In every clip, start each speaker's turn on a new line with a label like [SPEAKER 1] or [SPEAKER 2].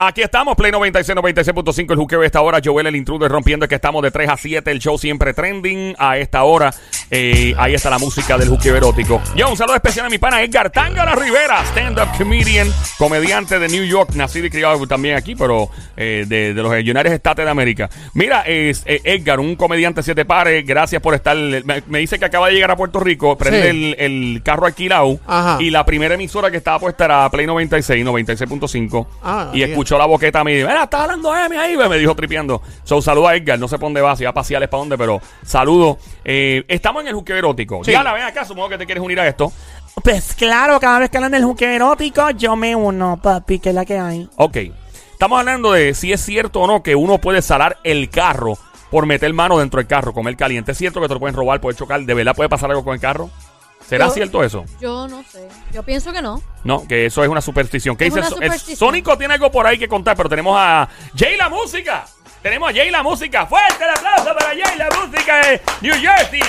[SPEAKER 1] Aquí estamos, Play 96, 96.5, el juqueo de esta hora. Joel, el intruder, rompiendo. Es que estamos de 3 a 7, el show siempre trending a esta hora. eh, ahí está la música del juqueo erótico. Yo, un saludo especial a mi pana Edgar Tangara Rivera, stand-up comedian, comediante de New York, nacido y criado también aquí, pero eh, de, de los United States de América. Mira, es, eh, Edgar, un comediante siete pares, gracias por estar. Me, me dice que acaba de llegar a Puerto Rico, prende
[SPEAKER 2] Sí.
[SPEAKER 1] el, el carro alquilado
[SPEAKER 2] Ajá.
[SPEAKER 1] y la primera emisora que estaba puesta era Play 96, 96.5
[SPEAKER 2] Ah,
[SPEAKER 1] y
[SPEAKER 2] bien.
[SPEAKER 1] escuchó la boqueta a mí. Mira, está hablando Emi ahí, pues, me dijo tripeando. So, saludo a Edgar, no sé por dónde va, si va a pasear, es para dónde, pero saludo. Eh, estamos en el juqueo erótico.
[SPEAKER 2] Sí.
[SPEAKER 1] Ya la ven acá, supongo que te quieres unir a esto.
[SPEAKER 3] Pues claro, cada vez que hablan del juque erótico, yo me uno, papi, que es la que hay.
[SPEAKER 1] Ok. Estamos hablando de si es cierto o no que uno puede salar el carro por meter mano dentro del carro, comer caliente. ¿Es cierto que te lo pueden robar, puede chocar? ¿De verdad puede pasar algo con el carro? ¿Será
[SPEAKER 4] Yo-
[SPEAKER 1] cierto eso?
[SPEAKER 4] Yo no sé. Yo pienso que no.
[SPEAKER 1] No, que eso es una superstición. ¿Qué
[SPEAKER 4] Es
[SPEAKER 1] dice
[SPEAKER 4] una
[SPEAKER 1] so- el
[SPEAKER 4] superstición.
[SPEAKER 1] Sónico tiene algo por ahí que contar, pero tenemos a Jay la Música. Tenemos a Jay la Música. Fuerte el aplauso para Jay la Música de New Jersey.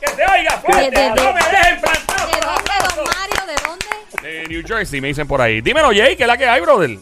[SPEAKER 1] Que se oiga fuerte.
[SPEAKER 4] De- de-
[SPEAKER 1] no me
[SPEAKER 4] de-
[SPEAKER 1] dejen plantado.
[SPEAKER 4] ¿De dónde, don
[SPEAKER 1] Aplauso.
[SPEAKER 4] Mario? ¿De dónde?
[SPEAKER 1] De New Jersey, me dicen por ahí. Dímelo, Jay, que es la que hay, brother.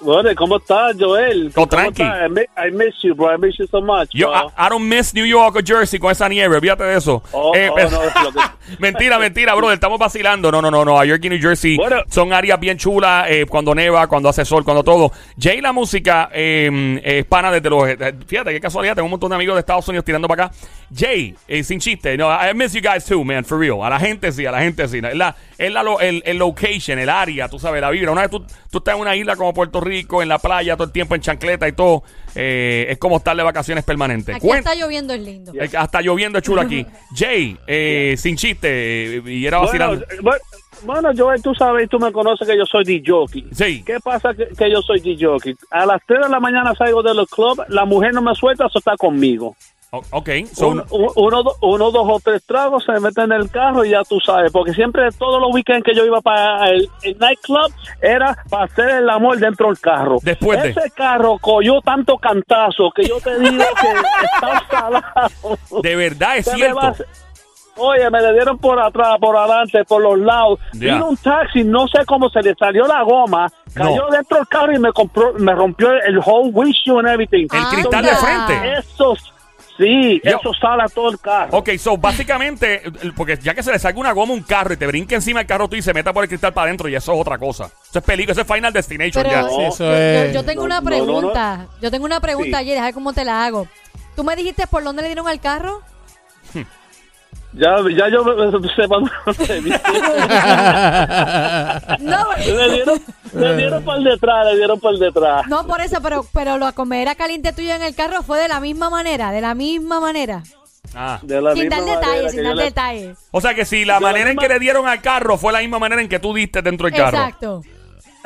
[SPEAKER 5] Bueno, ¿cómo estás, Joel?
[SPEAKER 1] Todo
[SPEAKER 5] ¿Cómo
[SPEAKER 1] tranqui.
[SPEAKER 5] estás? I mi- I miss you, bro. I miss you so much.
[SPEAKER 1] Yo, ah,
[SPEAKER 5] bro.
[SPEAKER 1] I, I don't miss New York o Jersey con esa nieve, olvídate de eso.
[SPEAKER 5] Oh,
[SPEAKER 1] Eh,
[SPEAKER 5] oh,
[SPEAKER 1] pero-
[SPEAKER 5] no, es lo que-
[SPEAKER 1] mentira, mentira, brother, estamos vacilando. No, no, no, no. Nueva York y New Jersey
[SPEAKER 5] Bueno.
[SPEAKER 1] son áreas bien chulas eh, cuando neva, cuando hace sol, cuando todo. Jay la música eh, es pana desde los. eh, fíjate qué casualidad, tengo un montón de amigos de Estados Unidos tirando para acá. Jay, eh, sin chiste, no, I miss you guys too, man, for real. A la gente sí, a la gente sí. Es la, es la lo- el, el location, el área, tú sabes, la vibra. Una vez tú, tú estás en una isla como Puerto Rico, en la playa todo el tiempo, en chancleta y todo, eh, es como estar de vacaciones permanentes.
[SPEAKER 4] Aquí
[SPEAKER 1] Cuen-
[SPEAKER 4] está lloviendo, es lindo.
[SPEAKER 1] eh, Hasta lloviendo es chulo aquí. Jay, eh, sin chiste, eh, y era vacilando.
[SPEAKER 5] Bueno, eh, bueno, bueno, Joel, tú sabes, tú me conoces que yo soy DJ.
[SPEAKER 1] Sí.
[SPEAKER 5] ¿Qué pasa que, que yo soy DJ? A las 3 de la mañana salgo de los clubs, la mujer no me suelta, eso está conmigo.
[SPEAKER 1] O- ok, so-
[SPEAKER 5] uno, u- uno, do- uno, dos o tres tragos, se meten en el carro y ya tú sabes. Porque siempre, todos los weekends que yo iba para el, el nightclub, era para hacer el amor dentro del carro.
[SPEAKER 1] Después de-
[SPEAKER 5] Ese carro cogió tanto cantazo que yo te digo que está salado.
[SPEAKER 1] de verdad es
[SPEAKER 5] Se me
[SPEAKER 1] cierto.
[SPEAKER 5] va- Oye, me le dieron por atrás, por adelante, por los lados.
[SPEAKER 1] Ya.
[SPEAKER 5] Vino un taxi, no sé cómo se le salió la goma, cayó
[SPEAKER 1] No.
[SPEAKER 5] dentro del carro y me compró, me rompió el whole windshield and everything.
[SPEAKER 1] El
[SPEAKER 4] Ah,
[SPEAKER 1] cristal de
[SPEAKER 4] ya.
[SPEAKER 1] frente.
[SPEAKER 5] Esos, sí,
[SPEAKER 1] Este. Yo-
[SPEAKER 5] eso sala todo el carro.
[SPEAKER 1] Ok, so básicamente, el- porque ya que se le salga una goma a un carro y te brinque encima del carro tú y se meta por el cristal para adentro, y eso es otra cosa. Eso es peligro, eso es Final Destination
[SPEAKER 4] Pero
[SPEAKER 1] ya.
[SPEAKER 4] yo-
[SPEAKER 5] Sí,
[SPEAKER 2] eso
[SPEAKER 4] yo,
[SPEAKER 2] es.
[SPEAKER 4] yo tengo
[SPEAKER 5] No,
[SPEAKER 4] una
[SPEAKER 5] no, no, no.
[SPEAKER 4] pregunta. Yo tengo una pregunta,
[SPEAKER 5] Sí.
[SPEAKER 4] ayer, a ver cómo te la hago. ¿Tú me dijiste por dónde le dieron al carro?
[SPEAKER 5] Ya, ya yo sé para dónde viene.
[SPEAKER 4] No,
[SPEAKER 5] le dieron, le dieron por detrás, le dieron por detrás.
[SPEAKER 4] no por eso, pero, pero la comedera caliente tuya en el carro fue de la misma manera, de la misma manera.
[SPEAKER 1] Ah.
[SPEAKER 5] De la
[SPEAKER 4] Sin
[SPEAKER 5] misma
[SPEAKER 4] dar
[SPEAKER 5] manera
[SPEAKER 4] detalles,
[SPEAKER 5] que
[SPEAKER 4] sin
[SPEAKER 5] yo
[SPEAKER 4] dar
[SPEAKER 5] le-
[SPEAKER 4] detalles.
[SPEAKER 1] O sea que si la
[SPEAKER 5] Yo la
[SPEAKER 1] manera en que
[SPEAKER 5] misma-
[SPEAKER 1] le dieron al carro fue la misma manera en que tú diste dentro del carro.
[SPEAKER 4] Exacto.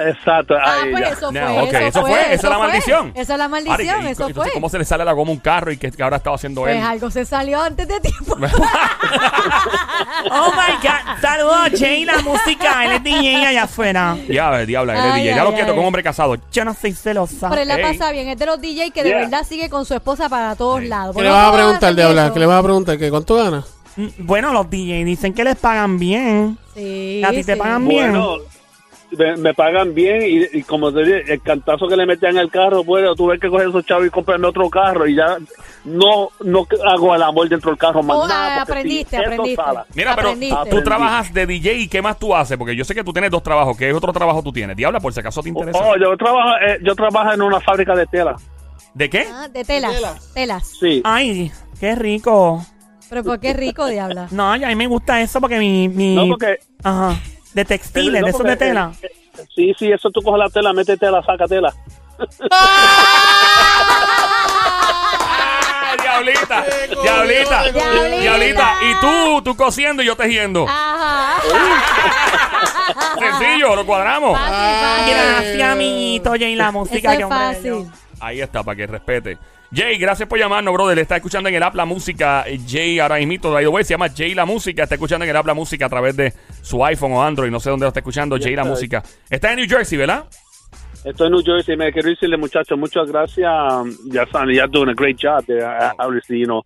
[SPEAKER 5] Exacto.
[SPEAKER 4] Ah,
[SPEAKER 5] ahí
[SPEAKER 4] pues
[SPEAKER 5] ya.
[SPEAKER 4] eso fue.
[SPEAKER 1] No, ok,
[SPEAKER 4] eso fue,
[SPEAKER 1] esa es la
[SPEAKER 4] fue.
[SPEAKER 1] maldición.
[SPEAKER 4] Esa es la
[SPEAKER 1] Ari,
[SPEAKER 4] maldición,
[SPEAKER 1] y- y-
[SPEAKER 4] eso fue.
[SPEAKER 1] entonces, ¿Cómo se le sale la goma a un carro y que, que ahora estaba haciendo
[SPEAKER 4] Pues
[SPEAKER 1] él?
[SPEAKER 4] algo se salió antes de tiempo.
[SPEAKER 3] Oh my god, saludos a Jay, la música, él es DJ allá afuera.
[SPEAKER 1] Ya, diabla, eres
[SPEAKER 4] Ay,
[SPEAKER 1] DJ. Ya
[SPEAKER 4] ay,
[SPEAKER 1] lo quieto
[SPEAKER 4] ay.
[SPEAKER 1] con un hombre casado.
[SPEAKER 3] Yo no soy celosa.
[SPEAKER 4] Pero él la
[SPEAKER 1] Ey.
[SPEAKER 4] pasa bien, es de los DJ que de
[SPEAKER 5] Yeah.
[SPEAKER 4] verdad sigue con su esposa para todos lados.
[SPEAKER 2] ¿Qué
[SPEAKER 4] Porque
[SPEAKER 2] le
[SPEAKER 4] no
[SPEAKER 2] vas a
[SPEAKER 4] todos
[SPEAKER 2] preguntar,
[SPEAKER 4] hacen
[SPEAKER 2] Diabla?
[SPEAKER 4] eso.
[SPEAKER 2] ¿Qué le vas a preguntar? ¿Qué, ¿Cuánto ganas?
[SPEAKER 3] Mm, Bueno, los DJ dicen que les pagan bien.
[SPEAKER 4] Sí,
[SPEAKER 3] A ti te
[SPEAKER 4] sí.
[SPEAKER 3] pagan bien.
[SPEAKER 5] Bueno, me, me pagan bien y, y como te dije, el cantazo que le metían al carro, bueno, tuve que coger esos chavos y comprarme otro carro y ya no no hago el amor dentro del carro más
[SPEAKER 4] Oh, ah,
[SPEAKER 5] nada. porque
[SPEAKER 4] aprendiste,
[SPEAKER 5] sí, eso
[SPEAKER 4] aprendiste.
[SPEAKER 5] sala.
[SPEAKER 1] Mira, pero
[SPEAKER 4] Aprendiste.
[SPEAKER 1] tú trabajas de DJ y qué más tú haces, porque yo sé que tú tienes dos trabajos. ¿Qué otro trabajo tú tienes? Diabla, por si acaso te interesa.
[SPEAKER 5] Oh, yo trabajo, eh, yo trabajo en una fábrica de tela.
[SPEAKER 1] ¿De qué?
[SPEAKER 4] Ah, de telas, telas.
[SPEAKER 5] Sí.
[SPEAKER 4] Ah,
[SPEAKER 3] Ay, qué rico.
[SPEAKER 4] Pero por qué rico de hablar.
[SPEAKER 3] No, y a mí me gusta eso porque mi... mi-
[SPEAKER 5] No, porque-
[SPEAKER 3] Ajá. De textiles,
[SPEAKER 5] No,
[SPEAKER 3] de esos
[SPEAKER 5] porque,
[SPEAKER 3] de tela.
[SPEAKER 5] eh, eh, sí, sí, eso tú coges la tela, métetela, sácatela.
[SPEAKER 1] ¡Ah, diablita!
[SPEAKER 2] comió,
[SPEAKER 1] ¡Diablita!
[SPEAKER 2] te
[SPEAKER 4] comió.
[SPEAKER 1] ¡Diablita! Y tú, tú cosiendo y yo tejiendo. Ah. Sencillo, lo cuadramos.
[SPEAKER 3] ah, Gracias, amiguito, Jay, la música.
[SPEAKER 4] Eh, Eso
[SPEAKER 3] qué
[SPEAKER 4] es
[SPEAKER 3] hombre bello.
[SPEAKER 4] fácil.
[SPEAKER 1] Ahí está, para que respete. Jay, gracias por llamarnos, brother. Está escuchando en el app la música. eh, Jay, ahora mismito, by the way, se llama Jay la música. Está escuchando en el app la música a través de su iPhone o Android. No sé dónde lo está escuchando. Jay la
[SPEAKER 5] está.
[SPEAKER 1] música. Está en New Jersey, ¿verdad?
[SPEAKER 5] Estoy en New Jersey. Me
[SPEAKER 1] Oh.
[SPEAKER 5] quiero decirle, muchachos, muchas gracias. um, Ya saben, ya doing a great job. there. Uh, Obviously, you know,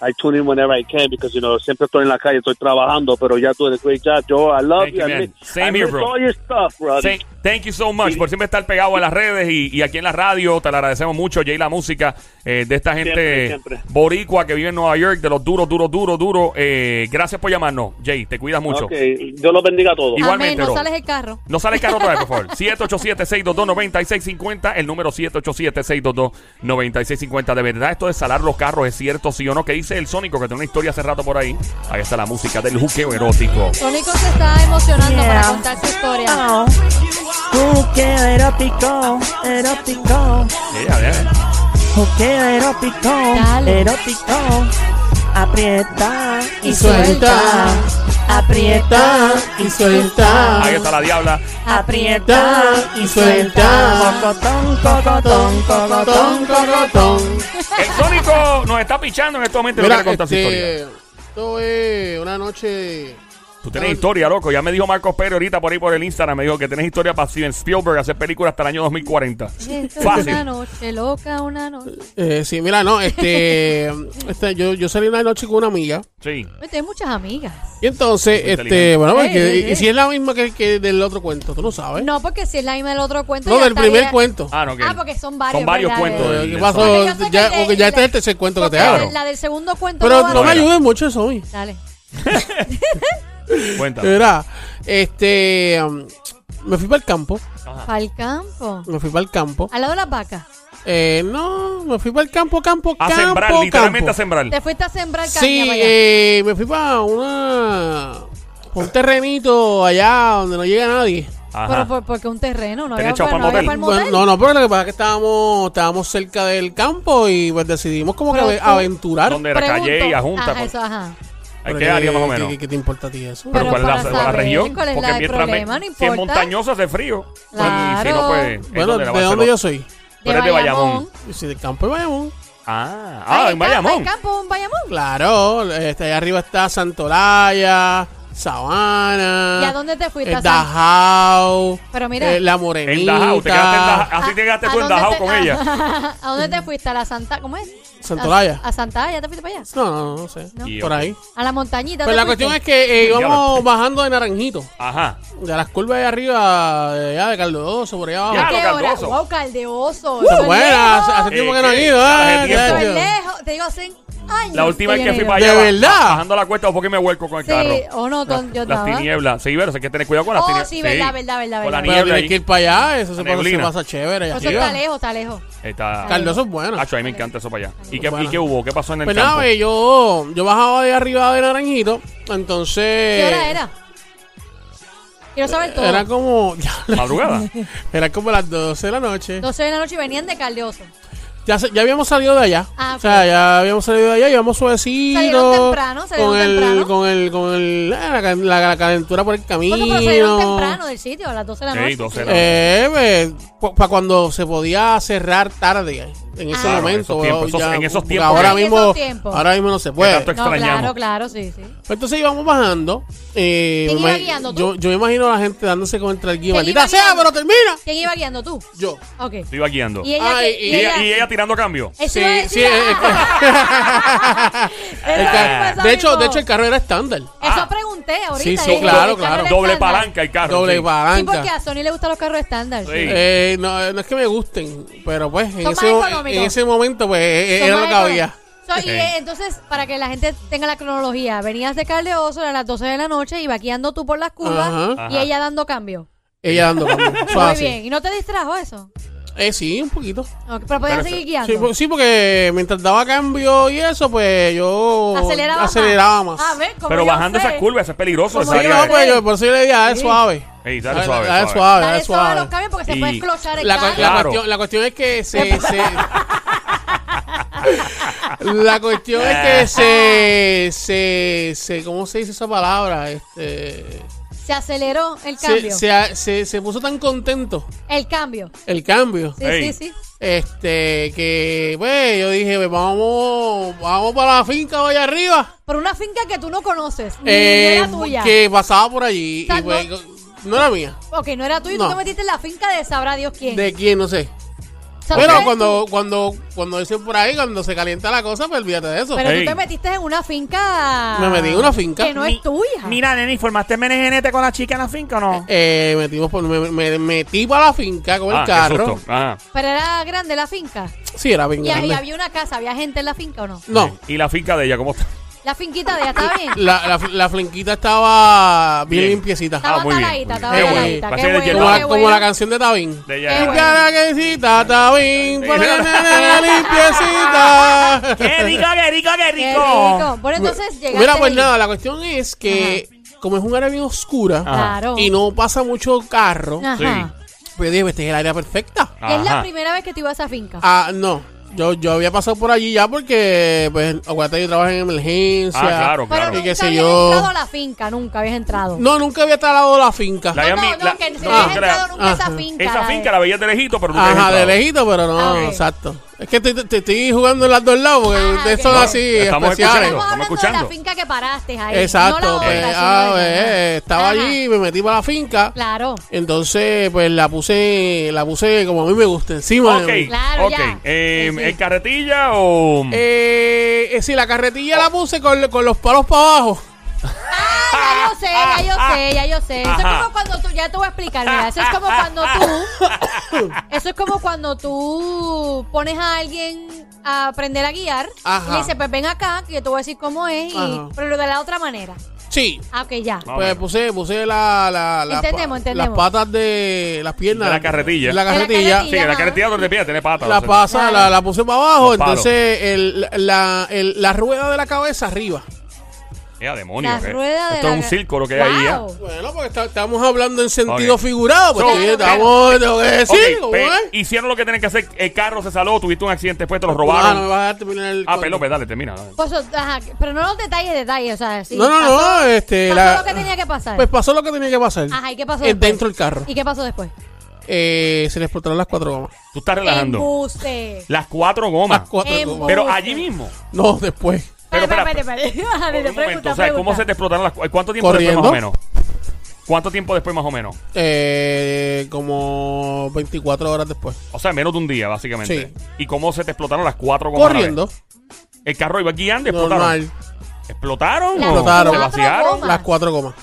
[SPEAKER 5] I tune in whenever I can because, you know, siempre estoy en la calle, estoy trabajando, pero ya tú eres great job, Joe. I love
[SPEAKER 1] Thank
[SPEAKER 5] you.
[SPEAKER 1] you,
[SPEAKER 5] I
[SPEAKER 1] man.
[SPEAKER 5] miss,
[SPEAKER 1] Same here,
[SPEAKER 5] I miss
[SPEAKER 1] bro.
[SPEAKER 5] all your stuff, brother.
[SPEAKER 1] Thank, thank you so much por siempre estar pegado a las redes y, y aquí en la radio. Te lo agradecemos mucho, Jay, la música eh, de esta gente
[SPEAKER 5] Siempre, siempre.
[SPEAKER 1] boricua que vive en Nueva York, de los duros, duros, duros, duros. Eh, gracias por llamarnos, Jay. Te cuidas mucho.
[SPEAKER 5] Ok, Dios los bendiga a todos.
[SPEAKER 1] Igual- igualmente,
[SPEAKER 4] Amén, no
[SPEAKER 1] bro.
[SPEAKER 4] sales el carro.
[SPEAKER 1] No sale caro otra vez, por favor. 787-622-9650, el número 787-622-9650. De verdad, esto de salar los carros es cierto, sí o no, que dice el Sónico, que tiene una historia hace rato por ahí. Ahí está la música del juqueo erótico.
[SPEAKER 4] Sónico se está emocionando
[SPEAKER 3] Yeah.
[SPEAKER 4] para contar su historia.
[SPEAKER 3] Oh. Juqueo erótico, erótico.
[SPEAKER 1] Sí, Eh, a ver.
[SPEAKER 3] Juqueo erótico,
[SPEAKER 4] Dale.
[SPEAKER 3] erótico. Aprieta
[SPEAKER 4] Y suelta,
[SPEAKER 3] aprieta y suelta.
[SPEAKER 1] Ahí está la diabla.
[SPEAKER 3] Ah, Aprieta y suelta. Cocotón, cocotón, cocotón, cocotón.
[SPEAKER 1] El Sónico nos está pichando en este momento y no
[SPEAKER 2] Mira,
[SPEAKER 1] quiere contar su
[SPEAKER 2] este,
[SPEAKER 1] historia.
[SPEAKER 2] esto es una noche.
[SPEAKER 1] Tú tienes historia, loco. Ya me dijo Marcos Pérez ahorita por ahí por el Instagram. Me dijo que tienes historia para Steven Spielberg hacer películas hasta el año 2040.
[SPEAKER 4] Esto es
[SPEAKER 1] Fácil.
[SPEAKER 4] Una noche loca, una noche.
[SPEAKER 2] eh, sí, mira, no, este, este, yo, yo salí una noche con una amiga.
[SPEAKER 1] Sí.
[SPEAKER 4] Oye, Tienes muchas amigas.
[SPEAKER 2] Y entonces,
[SPEAKER 1] inteligente.
[SPEAKER 2] este, bueno,
[SPEAKER 4] Ey,
[SPEAKER 2] porque-
[SPEAKER 4] ey,
[SPEAKER 2] y
[SPEAKER 4] ey.
[SPEAKER 2] si es la misma que, que del otro cuento, tú no
[SPEAKER 3] ¿Eh?
[SPEAKER 2] sabes.
[SPEAKER 4] Eh, No, porque si es la misma del otro cuento.
[SPEAKER 2] No,
[SPEAKER 4] ya
[SPEAKER 2] del
[SPEAKER 4] está
[SPEAKER 2] primer
[SPEAKER 4] bien.
[SPEAKER 2] cuento.
[SPEAKER 1] Ah, no, que-
[SPEAKER 4] Ah, porque son varios,
[SPEAKER 1] Son varios
[SPEAKER 4] ¿verdad?
[SPEAKER 1] cuentos.
[SPEAKER 2] Eh,
[SPEAKER 1] del-
[SPEAKER 2] ¿Qué
[SPEAKER 1] del
[SPEAKER 2] pasó?
[SPEAKER 1] Sónico.
[SPEAKER 4] Porque yo sé
[SPEAKER 2] ya,
[SPEAKER 4] que-
[SPEAKER 2] porque ya este es el tercer cuento que
[SPEAKER 4] Porque
[SPEAKER 2] te
[SPEAKER 4] la,
[SPEAKER 2] hablo.
[SPEAKER 4] la del segundo cuento.
[SPEAKER 2] Pero
[SPEAKER 4] vale.
[SPEAKER 2] no me
[SPEAKER 1] era.
[SPEAKER 2] ayudes mucho eso hoy.
[SPEAKER 4] Dale.
[SPEAKER 1] Cuéntame.
[SPEAKER 2] Mira, este, um, me fui para el campo,
[SPEAKER 4] Para el campo.
[SPEAKER 2] me fui para el campo.
[SPEAKER 4] Al lado de las vacas.
[SPEAKER 2] Eh, no, me fui para el campo, campo,
[SPEAKER 1] A
[SPEAKER 2] campo,
[SPEAKER 1] sembrar,
[SPEAKER 2] campo.
[SPEAKER 1] literalmente a sembrar.
[SPEAKER 4] Te fuiste a sembrar caña
[SPEAKER 2] Sí,
[SPEAKER 4] para allá.
[SPEAKER 2] eh, me fui para una pa' un terrenito allá donde no llega nadie.
[SPEAKER 4] Pero
[SPEAKER 1] Ajá.
[SPEAKER 4] por- porque un terreno, no
[SPEAKER 1] Te han
[SPEAKER 4] había,
[SPEAKER 1] echado
[SPEAKER 4] no
[SPEAKER 1] pa'l
[SPEAKER 4] había
[SPEAKER 1] motel.
[SPEAKER 4] pa'l
[SPEAKER 2] Bueno,
[SPEAKER 4] motel.
[SPEAKER 2] no, no, pero lo que pasa es que estábamos, estábamos cerca del campo y pues decidimos como que
[SPEAKER 4] Pero
[SPEAKER 2] ave-
[SPEAKER 4] tú-
[SPEAKER 2] aventurar.
[SPEAKER 1] ¿Dónde era?
[SPEAKER 4] Pregunto.
[SPEAKER 1] Calle y pues. Ajunta.
[SPEAKER 4] Ajá, eso, ajá.
[SPEAKER 1] Hay
[SPEAKER 2] Pero
[SPEAKER 1] que área más o menos.
[SPEAKER 2] ¿Qué, qué te importa a ti eso?
[SPEAKER 1] Pero,
[SPEAKER 4] Pero
[SPEAKER 1] ¿cuál es la,
[SPEAKER 4] para
[SPEAKER 1] la
[SPEAKER 4] saber
[SPEAKER 1] región?
[SPEAKER 4] cuál es la-
[SPEAKER 1] Porque
[SPEAKER 4] el
[SPEAKER 1] mientras me-
[SPEAKER 4] problema, no
[SPEAKER 1] si es
[SPEAKER 4] importa.
[SPEAKER 1] montañoso hace frío. pues,
[SPEAKER 4] Claro.
[SPEAKER 1] Y si no, pues. es
[SPEAKER 2] bueno,
[SPEAKER 1] donde la
[SPEAKER 2] ¿de dónde
[SPEAKER 1] Barcelona-
[SPEAKER 2] yo soy?
[SPEAKER 1] Tú eres de Bayamón.
[SPEAKER 2] Yo soy del campo de Bayamón.
[SPEAKER 1] Ah,
[SPEAKER 4] Ay,
[SPEAKER 1] ah,
[SPEAKER 4] el
[SPEAKER 1] en
[SPEAKER 4] campo-
[SPEAKER 1] Bayamón.
[SPEAKER 4] El campo en Bayamón.
[SPEAKER 2] Claro, este, allá arriba está Santolaya, Sabana.
[SPEAKER 4] ¿Y a dónde te fuiste,
[SPEAKER 2] eh,
[SPEAKER 4] a San-
[SPEAKER 2] Dajao.
[SPEAKER 4] Pero mira.
[SPEAKER 2] eh, la Morenita.
[SPEAKER 1] En Dajau. Te quedaste en Dajau. Así te quedaste tú en
[SPEAKER 4] dónde
[SPEAKER 1] Dajau
[SPEAKER 4] te-
[SPEAKER 1] con
[SPEAKER 4] Ah, a-
[SPEAKER 1] ella.
[SPEAKER 4] ¿A dónde te fuiste? ¿A la Santa? ¿Cómo es?
[SPEAKER 2] Santolaya.
[SPEAKER 4] A, a Santolaya, ¿te fuiste para allá?
[SPEAKER 2] No, no, no sé.
[SPEAKER 4] No.
[SPEAKER 1] Y-
[SPEAKER 2] Por ahí.
[SPEAKER 4] A la montañita.
[SPEAKER 2] Pues
[SPEAKER 4] ¿te
[SPEAKER 2] la
[SPEAKER 4] fuiste?
[SPEAKER 2] cuestión es que eh,
[SPEAKER 1] Ya lo
[SPEAKER 2] íbamos bajando de Naranjito,
[SPEAKER 1] Ajá.
[SPEAKER 2] de las curvas de arriba, de allá de Caldoso, por allá abajo.
[SPEAKER 1] Ya.
[SPEAKER 4] ¿Qué
[SPEAKER 1] Ah, lo
[SPEAKER 4] hora?
[SPEAKER 1] caldoso.
[SPEAKER 4] Wow, caldeoso.
[SPEAKER 2] Pero
[SPEAKER 4] Eso es
[SPEAKER 2] bueno, hace,
[SPEAKER 4] lejos.
[SPEAKER 2] hace tiempo
[SPEAKER 1] Eh,
[SPEAKER 2] que no han
[SPEAKER 1] que-
[SPEAKER 2] ido,
[SPEAKER 1] hace
[SPEAKER 2] ¿eh?
[SPEAKER 1] tiempo.
[SPEAKER 2] Ya,
[SPEAKER 4] Eso es
[SPEAKER 2] ya.
[SPEAKER 4] lejos. Te digo, hace años.
[SPEAKER 1] La última vez que fui
[SPEAKER 4] viene
[SPEAKER 1] para
[SPEAKER 2] ¿De
[SPEAKER 1] allá. ba-
[SPEAKER 2] verdad?
[SPEAKER 1] Bajando la cuesta porque me vuelco con el
[SPEAKER 4] Sí,
[SPEAKER 1] carro.
[SPEAKER 4] o no, con- yo
[SPEAKER 1] Las
[SPEAKER 4] estaba.
[SPEAKER 1] tinieblas. Sí, pero hay que tener cuidado con las
[SPEAKER 4] Oh,
[SPEAKER 1] tinieblas.
[SPEAKER 4] sí, verdad, verdad, verdad,
[SPEAKER 1] Con la
[SPEAKER 4] verdad.
[SPEAKER 2] Pero
[SPEAKER 1] niebla
[SPEAKER 2] tienes que
[SPEAKER 1] ahí.
[SPEAKER 2] ir para allá, eso se
[SPEAKER 1] La
[SPEAKER 2] pasa, se
[SPEAKER 1] neblina.
[SPEAKER 2] pasa chévere. allá
[SPEAKER 4] Eso está
[SPEAKER 2] arriba.
[SPEAKER 4] lejos, está lejos.
[SPEAKER 1] Ahí Está.
[SPEAKER 2] Caldoso es bueno.
[SPEAKER 1] Acho, a mí me encanta eso para allá. ¿Y qué,
[SPEAKER 2] Bueno.
[SPEAKER 1] ¿Y qué hubo? ¿Qué pasó en el
[SPEAKER 2] Pues
[SPEAKER 1] campo?
[SPEAKER 2] nada, ve, yo, yo bajaba de arriba de Naranjito, entonces...
[SPEAKER 4] ¿Qué hora era? Quiero saber todo.
[SPEAKER 2] eh, Era como...
[SPEAKER 1] Madrugada.
[SPEAKER 2] era como las 12 de la noche.
[SPEAKER 4] 12 de la noche y venían de caldeoso.
[SPEAKER 2] Ya, se- ya habíamos salido de allá.
[SPEAKER 4] Ah,
[SPEAKER 2] o sea,
[SPEAKER 4] ok.
[SPEAKER 2] ya habíamos salido de allá, íbamos suavecito.
[SPEAKER 4] Salieron temprano, salieron
[SPEAKER 2] con el,
[SPEAKER 4] temprano.
[SPEAKER 2] Con el, con el, eh, la, ca- la- la calentura por el camino.
[SPEAKER 4] Porque pero salieron temprano del sitio, a las 12 de la
[SPEAKER 1] Sí,
[SPEAKER 4] noche.
[SPEAKER 1] 12 de la
[SPEAKER 2] Eh, para cuando se podía cerrar tarde eh, en ese
[SPEAKER 1] Claro, en
[SPEAKER 2] momento.
[SPEAKER 1] esos tiempos, esos- en esos
[SPEAKER 2] porque
[SPEAKER 1] tiempos.
[SPEAKER 2] Ahora
[SPEAKER 4] Ah. En esos
[SPEAKER 2] mismo,
[SPEAKER 4] tiempos.
[SPEAKER 2] ahora mismo no se puede.
[SPEAKER 1] tanto
[SPEAKER 2] Pues
[SPEAKER 4] No,
[SPEAKER 1] extrañamos.
[SPEAKER 4] claro, claro, sí, sí.
[SPEAKER 2] Entonces íbamos bajando. Eh,
[SPEAKER 4] ¿Quién
[SPEAKER 2] me
[SPEAKER 4] iba
[SPEAKER 2] imag-
[SPEAKER 4] guiando, tú?
[SPEAKER 2] yo, yo me imagino a la gente dándose contra el guía.
[SPEAKER 4] ¿Quién iba
[SPEAKER 2] Maldita sea,
[SPEAKER 4] guiando?
[SPEAKER 2] pero termina.
[SPEAKER 4] ¿Quién iba guiando tú?
[SPEAKER 2] Yo.
[SPEAKER 4] Ok.
[SPEAKER 1] Estoy iba guiando.
[SPEAKER 4] Y ella,
[SPEAKER 2] Ay,
[SPEAKER 4] que-
[SPEAKER 1] Y
[SPEAKER 2] y
[SPEAKER 4] y
[SPEAKER 1] ella,
[SPEAKER 4] ella,
[SPEAKER 1] y ella tirando cambio.
[SPEAKER 4] Eso iba a decir,
[SPEAKER 2] sí, es-
[SPEAKER 4] ¡ah! Pues, Eso
[SPEAKER 2] El ca-
[SPEAKER 4] mismo, eso
[SPEAKER 2] de, hecho,
[SPEAKER 4] mismo.
[SPEAKER 2] de hecho, el carro era estándar.
[SPEAKER 1] Ah.
[SPEAKER 4] Eso pregunté ahorita.
[SPEAKER 2] Sí, sí,
[SPEAKER 4] dije,
[SPEAKER 2] claro,
[SPEAKER 4] ¿el carro
[SPEAKER 2] claro.
[SPEAKER 4] era
[SPEAKER 1] Doble
[SPEAKER 4] estándar?
[SPEAKER 1] palanca el carro.
[SPEAKER 2] Doble
[SPEAKER 1] sí.
[SPEAKER 2] palanca.
[SPEAKER 4] Sí, porque a Sony le gustan los carros estándar.
[SPEAKER 1] Sí.
[SPEAKER 2] Eh, no, no es que me gusten, pero pues en,
[SPEAKER 4] Son
[SPEAKER 2] ese,
[SPEAKER 4] más
[SPEAKER 2] mo-
[SPEAKER 4] económicos.
[SPEAKER 2] en ese momento pues eh,
[SPEAKER 4] Son
[SPEAKER 2] era
[SPEAKER 4] más
[SPEAKER 2] lo que había.
[SPEAKER 4] económicos. So, y,
[SPEAKER 1] Ok.
[SPEAKER 4] eh, entonces, para que la gente tenga la cronología, venías de Caldeoso a las 12 de la noche y vaqueando tú por las curvas
[SPEAKER 2] Ajá.
[SPEAKER 4] y
[SPEAKER 1] Ajá.
[SPEAKER 4] ella dando cambio.
[SPEAKER 2] Ella dando cambio.
[SPEAKER 4] Muy
[SPEAKER 2] Suave,
[SPEAKER 4] bien.
[SPEAKER 2] sí.
[SPEAKER 4] ¿Y no te distrajo eso?
[SPEAKER 2] Eh, sí, un poquito.
[SPEAKER 4] Ok, pero podías
[SPEAKER 1] Pero
[SPEAKER 4] seguir
[SPEAKER 2] Sí, pues,
[SPEAKER 4] guiando.
[SPEAKER 2] por- sí, porque mientras daba cambio y eso, pues yo
[SPEAKER 4] aceleraba, más. Ah,
[SPEAKER 2] aceleraba más.
[SPEAKER 4] A ver, como
[SPEAKER 1] Pero
[SPEAKER 4] yo
[SPEAKER 1] bajando
[SPEAKER 4] sé.
[SPEAKER 1] esas curvas, eso es peligroso.
[SPEAKER 4] Como
[SPEAKER 1] esa
[SPEAKER 2] Sí,
[SPEAKER 4] yo-
[SPEAKER 1] área.
[SPEAKER 2] no, pues, yo- por eso yo le dije, ah, es
[SPEAKER 4] Sí.
[SPEAKER 2] suave.
[SPEAKER 1] Ey, dale
[SPEAKER 2] Ah,
[SPEAKER 1] suave,
[SPEAKER 2] ah, es
[SPEAKER 1] suave.
[SPEAKER 2] suave, ah,
[SPEAKER 4] Dale
[SPEAKER 2] es
[SPEAKER 4] suave a
[SPEAKER 2] suave.
[SPEAKER 4] los cambios porque
[SPEAKER 1] Y
[SPEAKER 4] se puede esclochar el
[SPEAKER 2] La, cu-
[SPEAKER 4] carro.
[SPEAKER 2] la
[SPEAKER 1] Claro.
[SPEAKER 2] cuestión, la cuestión es que se... se- la cuestión es que se, se, se... ¿Cómo se dice esa palabra? Este...
[SPEAKER 4] Se aceleró el
[SPEAKER 2] se,
[SPEAKER 4] cambio.
[SPEAKER 2] se, se- se puso tan contento
[SPEAKER 4] El cambio.
[SPEAKER 2] el cambio.
[SPEAKER 4] Sí,
[SPEAKER 1] Ey.
[SPEAKER 4] sí, sí.
[SPEAKER 2] Este, que, pues, yo dije, pues, vamos, vamos para la finca allá arriba.
[SPEAKER 4] Por una finca que tú no conoces. Ni
[SPEAKER 2] Eh,
[SPEAKER 4] era tuya.
[SPEAKER 2] que pasaba por allí.
[SPEAKER 4] O sea,
[SPEAKER 2] y, pues, no, era mía.
[SPEAKER 4] Ok, no era tuya. y Tú
[SPEAKER 2] No.
[SPEAKER 4] te metiste en la finca de sabrá Dios quién.
[SPEAKER 2] ¿De quién? No sé.
[SPEAKER 4] sea,
[SPEAKER 2] Bueno,
[SPEAKER 4] ustedes-
[SPEAKER 2] cuando, cuando, cuando dicen por ahí, cuando se calienta la cosa, pues olvídate de eso.
[SPEAKER 4] Pero
[SPEAKER 1] Ey.
[SPEAKER 4] tú te metiste en una finca.
[SPEAKER 2] Me metí en una finca.
[SPEAKER 4] Que no es
[SPEAKER 3] Mi-
[SPEAKER 4] tuya.
[SPEAKER 3] Mira, Neni, ¿formaste menegenete con la chica en la finca o no?
[SPEAKER 2] Eh, metimos por, me, me metí para la finca con
[SPEAKER 1] Ah,
[SPEAKER 2] el
[SPEAKER 1] qué
[SPEAKER 2] carro.
[SPEAKER 1] susto. Ah.
[SPEAKER 4] Pero era grande la finca.
[SPEAKER 2] Sí, era bien
[SPEAKER 4] Y ahí
[SPEAKER 2] grande.
[SPEAKER 4] había una casa, había gente en la finca o no.
[SPEAKER 2] No,
[SPEAKER 1] ¿Y la finca de ella cómo está?
[SPEAKER 4] La finquita de ella estaba bien.
[SPEAKER 2] la, Ah, la, la flinquita estaba bien,
[SPEAKER 1] Bien.
[SPEAKER 2] limpiecita.
[SPEAKER 4] Estaba
[SPEAKER 1] muy bien,
[SPEAKER 4] taladita,
[SPEAKER 1] muy
[SPEAKER 4] estaba
[SPEAKER 2] bien. Qué bueno.
[SPEAKER 4] taladita.
[SPEAKER 1] Pasé
[SPEAKER 4] Qué
[SPEAKER 1] de
[SPEAKER 4] bueno,
[SPEAKER 2] como,
[SPEAKER 1] lleno.
[SPEAKER 2] la,
[SPEAKER 4] qué
[SPEAKER 2] como
[SPEAKER 4] bueno.
[SPEAKER 2] la canción de Tabín.
[SPEAKER 1] De
[SPEAKER 4] Qué
[SPEAKER 1] ella.
[SPEAKER 4] bueno.
[SPEAKER 2] Cara que cita, Tabín, por la nena limpiecita.
[SPEAKER 3] ¡Qué rico, qué rico, qué
[SPEAKER 4] Qué
[SPEAKER 3] rico!
[SPEAKER 4] rico. Bueno, entonces llegaste.
[SPEAKER 2] Mira, pues
[SPEAKER 4] ahí. Ah.
[SPEAKER 2] nada, la cuestión es que, como es un área bien oscura
[SPEAKER 4] Claro.
[SPEAKER 2] Ah,
[SPEAKER 4] Ah.
[SPEAKER 2] y no pasa mucho carro,
[SPEAKER 4] Ajá.
[SPEAKER 2] pues yo dije, este es el área perfecta.
[SPEAKER 1] Ajá.
[SPEAKER 4] Es la primera vez que te iba a esa finca.
[SPEAKER 2] Ah, no. Yo, yo había pasado por allí ya porque, pues, aguanta yo trabajo en emergencia.
[SPEAKER 1] Ah, claro,
[SPEAKER 4] Pero
[SPEAKER 1] claro.
[SPEAKER 2] Y
[SPEAKER 4] nunca
[SPEAKER 2] qué
[SPEAKER 4] habías
[SPEAKER 2] sé yo.
[SPEAKER 4] entrado a la finca, nunca habías entrado.
[SPEAKER 2] No, nunca había talado la finca.
[SPEAKER 1] La-
[SPEAKER 4] no, no,
[SPEAKER 1] Miami- la-
[SPEAKER 4] no, que si
[SPEAKER 1] no,
[SPEAKER 4] habías
[SPEAKER 1] no,
[SPEAKER 4] entrado nunca a esa
[SPEAKER 2] ajá.
[SPEAKER 4] finca.
[SPEAKER 1] Esa
[SPEAKER 4] la de-
[SPEAKER 1] finca la veías de lejito, pero tú te
[SPEAKER 2] Ajá,
[SPEAKER 1] has
[SPEAKER 2] de
[SPEAKER 1] entrado.
[SPEAKER 2] lejito, pero no,
[SPEAKER 4] Ah, ok.
[SPEAKER 2] exacto. Es que estoy, te- estoy jugando en las dos lados porque
[SPEAKER 4] Ah,
[SPEAKER 2] ustedes
[SPEAKER 4] ok.
[SPEAKER 2] son
[SPEAKER 4] No,
[SPEAKER 2] así
[SPEAKER 1] estamos
[SPEAKER 2] especiales.
[SPEAKER 1] escuchando.
[SPEAKER 4] Estamos hablando
[SPEAKER 1] escuchando.
[SPEAKER 4] de la finca que paraste ahí. No
[SPEAKER 2] Exacto.
[SPEAKER 4] la otra,
[SPEAKER 2] pues,
[SPEAKER 4] sino
[SPEAKER 2] ah,
[SPEAKER 4] esa.
[SPEAKER 2] eh, estaba
[SPEAKER 4] Ajá.
[SPEAKER 2] allí, me metí para la finca.
[SPEAKER 4] Claro.
[SPEAKER 2] Entonces, pues la puse, la puse como a mí me gusta, encima. de
[SPEAKER 1] Ok,
[SPEAKER 2] mí.
[SPEAKER 4] Claro,
[SPEAKER 1] ok.
[SPEAKER 4] ya.
[SPEAKER 1] Eh,
[SPEAKER 4] Sí, sí.
[SPEAKER 1] ¿En carretilla o...?
[SPEAKER 2] Eh, eh, sí, la carretilla la puse con, con los palos para abajo.
[SPEAKER 4] Ah, ya yo sé, ya yo sé, ya yo sé. Eso es
[SPEAKER 1] Ajá.
[SPEAKER 4] como cuando tú, ya te voy a explicar, mira, eso es como cuando tú, eso es como cuando tú pones a alguien a aprender a guiar
[SPEAKER 2] Ajá.
[SPEAKER 4] y le dices, pues ven acá, que yo te voy a decir cómo es, y-
[SPEAKER 2] Ajá.
[SPEAKER 4] pero de la otra manera.
[SPEAKER 2] Sí.
[SPEAKER 4] Ah, ok, ya.
[SPEAKER 1] Ah,
[SPEAKER 2] Pues
[SPEAKER 1] bueno.
[SPEAKER 2] puse, puse la, la, la-
[SPEAKER 4] Entendemos,
[SPEAKER 2] pa-
[SPEAKER 4] entendemos.
[SPEAKER 2] las patas de las piernas.
[SPEAKER 1] De la carretilla.
[SPEAKER 2] La
[SPEAKER 4] De la
[SPEAKER 2] carretilla.
[SPEAKER 4] carretilla.
[SPEAKER 1] Sí, en la carretilla donde pilla tiene patas.
[SPEAKER 2] La
[SPEAKER 1] o sea,
[SPEAKER 2] pasa, la, la puse para abajo,
[SPEAKER 1] Los palos.
[SPEAKER 2] entonces el- la, el- la rueda de la cabeza arriba.
[SPEAKER 1] Mira, demonio.
[SPEAKER 4] La
[SPEAKER 1] ¿qué?
[SPEAKER 4] rueda de
[SPEAKER 1] Esto
[SPEAKER 4] la-
[SPEAKER 1] es un círculo que hay ahí. ¿eh?
[SPEAKER 4] Wow.
[SPEAKER 2] Bueno, porque está- estamos hablando en sentido
[SPEAKER 1] Ok.
[SPEAKER 2] figurado, pues
[SPEAKER 1] So,
[SPEAKER 2] sí,
[SPEAKER 1] ok.
[SPEAKER 2] estamos, tengo que decir,
[SPEAKER 1] Ok,
[SPEAKER 2] ¿cómo
[SPEAKER 1] pe-
[SPEAKER 2] es?
[SPEAKER 1] hicieron lo que tenían que hacer. El carro se saló, tuviste un accidente, después te lo
[SPEAKER 2] Ah, no me
[SPEAKER 1] robaron.
[SPEAKER 2] vas a dejar terminar el
[SPEAKER 1] Ah,
[SPEAKER 2] cuento.
[SPEAKER 1] pelo, dale, termina.
[SPEAKER 4] Pues, ajá, pero no los detalles, detalles, o sea, sí.
[SPEAKER 2] No, no, no,
[SPEAKER 4] pasó-
[SPEAKER 2] este,
[SPEAKER 4] pasó
[SPEAKER 2] la-
[SPEAKER 4] lo que tenía que pasar.
[SPEAKER 2] Pues pasó lo que tenía que pasar.
[SPEAKER 4] Ajá, ¿y qué pasó
[SPEAKER 2] Eh,
[SPEAKER 4] después?
[SPEAKER 2] Dentro del carro.
[SPEAKER 4] ¿Y qué pasó después?
[SPEAKER 2] Eh, se le explotaron las cuatro gomas.
[SPEAKER 1] Tú estás relajando.
[SPEAKER 4] Embuste.
[SPEAKER 1] Las cuatro gomas.
[SPEAKER 2] Las cuatro
[SPEAKER 4] Em-
[SPEAKER 2] gomas.
[SPEAKER 1] Pero allí mismo.
[SPEAKER 2] No, después.
[SPEAKER 1] Pero
[SPEAKER 4] Espera,
[SPEAKER 1] espera,
[SPEAKER 4] espera, espera. Ajá,
[SPEAKER 1] un momento,
[SPEAKER 4] pregunta,
[SPEAKER 1] o sea, ¿cómo
[SPEAKER 4] pregunta.
[SPEAKER 1] se te explotaron las cu- ¿Cuánto tiempo después más o
[SPEAKER 2] Corriendo.
[SPEAKER 1] menos? ¿Cuánto tiempo después más o menos?
[SPEAKER 2] Eh, como 24 horas después.
[SPEAKER 1] O sea, menos de un día, básicamente.
[SPEAKER 2] Sí.
[SPEAKER 1] ¿Y cómo se te explotaron las cuatro gomas? a la vez?
[SPEAKER 2] Corriendo.
[SPEAKER 1] El carro iba guiando y explotaron.
[SPEAKER 2] Normal.
[SPEAKER 1] ¿Explotaron?
[SPEAKER 4] Las
[SPEAKER 1] o
[SPEAKER 2] Explotaron.
[SPEAKER 1] ¿Se
[SPEAKER 4] cuatro
[SPEAKER 1] vaciaron?
[SPEAKER 4] gomas.
[SPEAKER 2] Las cuatro gomas.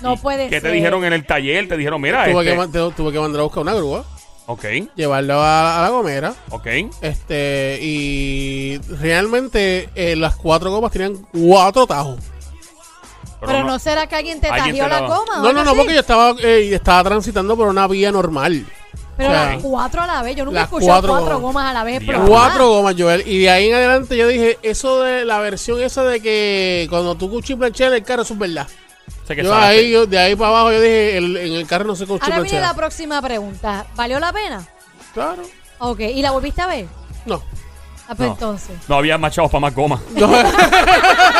[SPEAKER 4] No puede
[SPEAKER 1] ¿Qué te
[SPEAKER 4] ser.
[SPEAKER 1] dijeron en el taller? Te dijeron, mira,
[SPEAKER 2] Tuve,
[SPEAKER 1] este...
[SPEAKER 2] que, man- tu- tuve que mandar a buscar una grúa,
[SPEAKER 1] Ok,
[SPEAKER 2] llevarlo a, a la gomera.
[SPEAKER 1] ok.
[SPEAKER 2] Este, y realmente eh, las cuatro gomas tenían cuatro tajos.
[SPEAKER 4] Pero, no, será que alguien te
[SPEAKER 1] Alguien
[SPEAKER 4] tajió
[SPEAKER 1] te
[SPEAKER 4] la
[SPEAKER 1] la-
[SPEAKER 4] goma. o
[SPEAKER 2] No, no,
[SPEAKER 4] algo
[SPEAKER 2] no,
[SPEAKER 4] así?
[SPEAKER 2] porque yo estaba, eh, y estaba transitando por una vía normal.
[SPEAKER 4] Pero
[SPEAKER 2] o sea,
[SPEAKER 4] las cuatro a la vez. Yo nunca he
[SPEAKER 2] las
[SPEAKER 4] escuchado
[SPEAKER 2] cuatro
[SPEAKER 4] cuatro,
[SPEAKER 2] gomas.
[SPEAKER 4] gomas a la vez.
[SPEAKER 1] Ya.
[SPEAKER 4] pero-
[SPEAKER 2] Cuatro gomas, Joel. Y de ahí en adelante yo dije, eso de la versión esa de que cuando tú cuchiplancheas el carro, eso es verdad.
[SPEAKER 1] Sé que
[SPEAKER 2] Yo
[SPEAKER 1] sabes.
[SPEAKER 2] ahí, yo, de ahí para abajo, yo dije, el- en el carro no se
[SPEAKER 4] Ahora viene
[SPEAKER 2] cuchiplanchea.
[SPEAKER 4] la próxima pregunta. ¿Valió la pena?
[SPEAKER 2] Claro.
[SPEAKER 4] Ok. ¿Y la volviste a ver?
[SPEAKER 2] No.
[SPEAKER 4] Ah, pues
[SPEAKER 1] No.
[SPEAKER 4] entonces.
[SPEAKER 1] No había machados para más gomas.
[SPEAKER 2] Yo-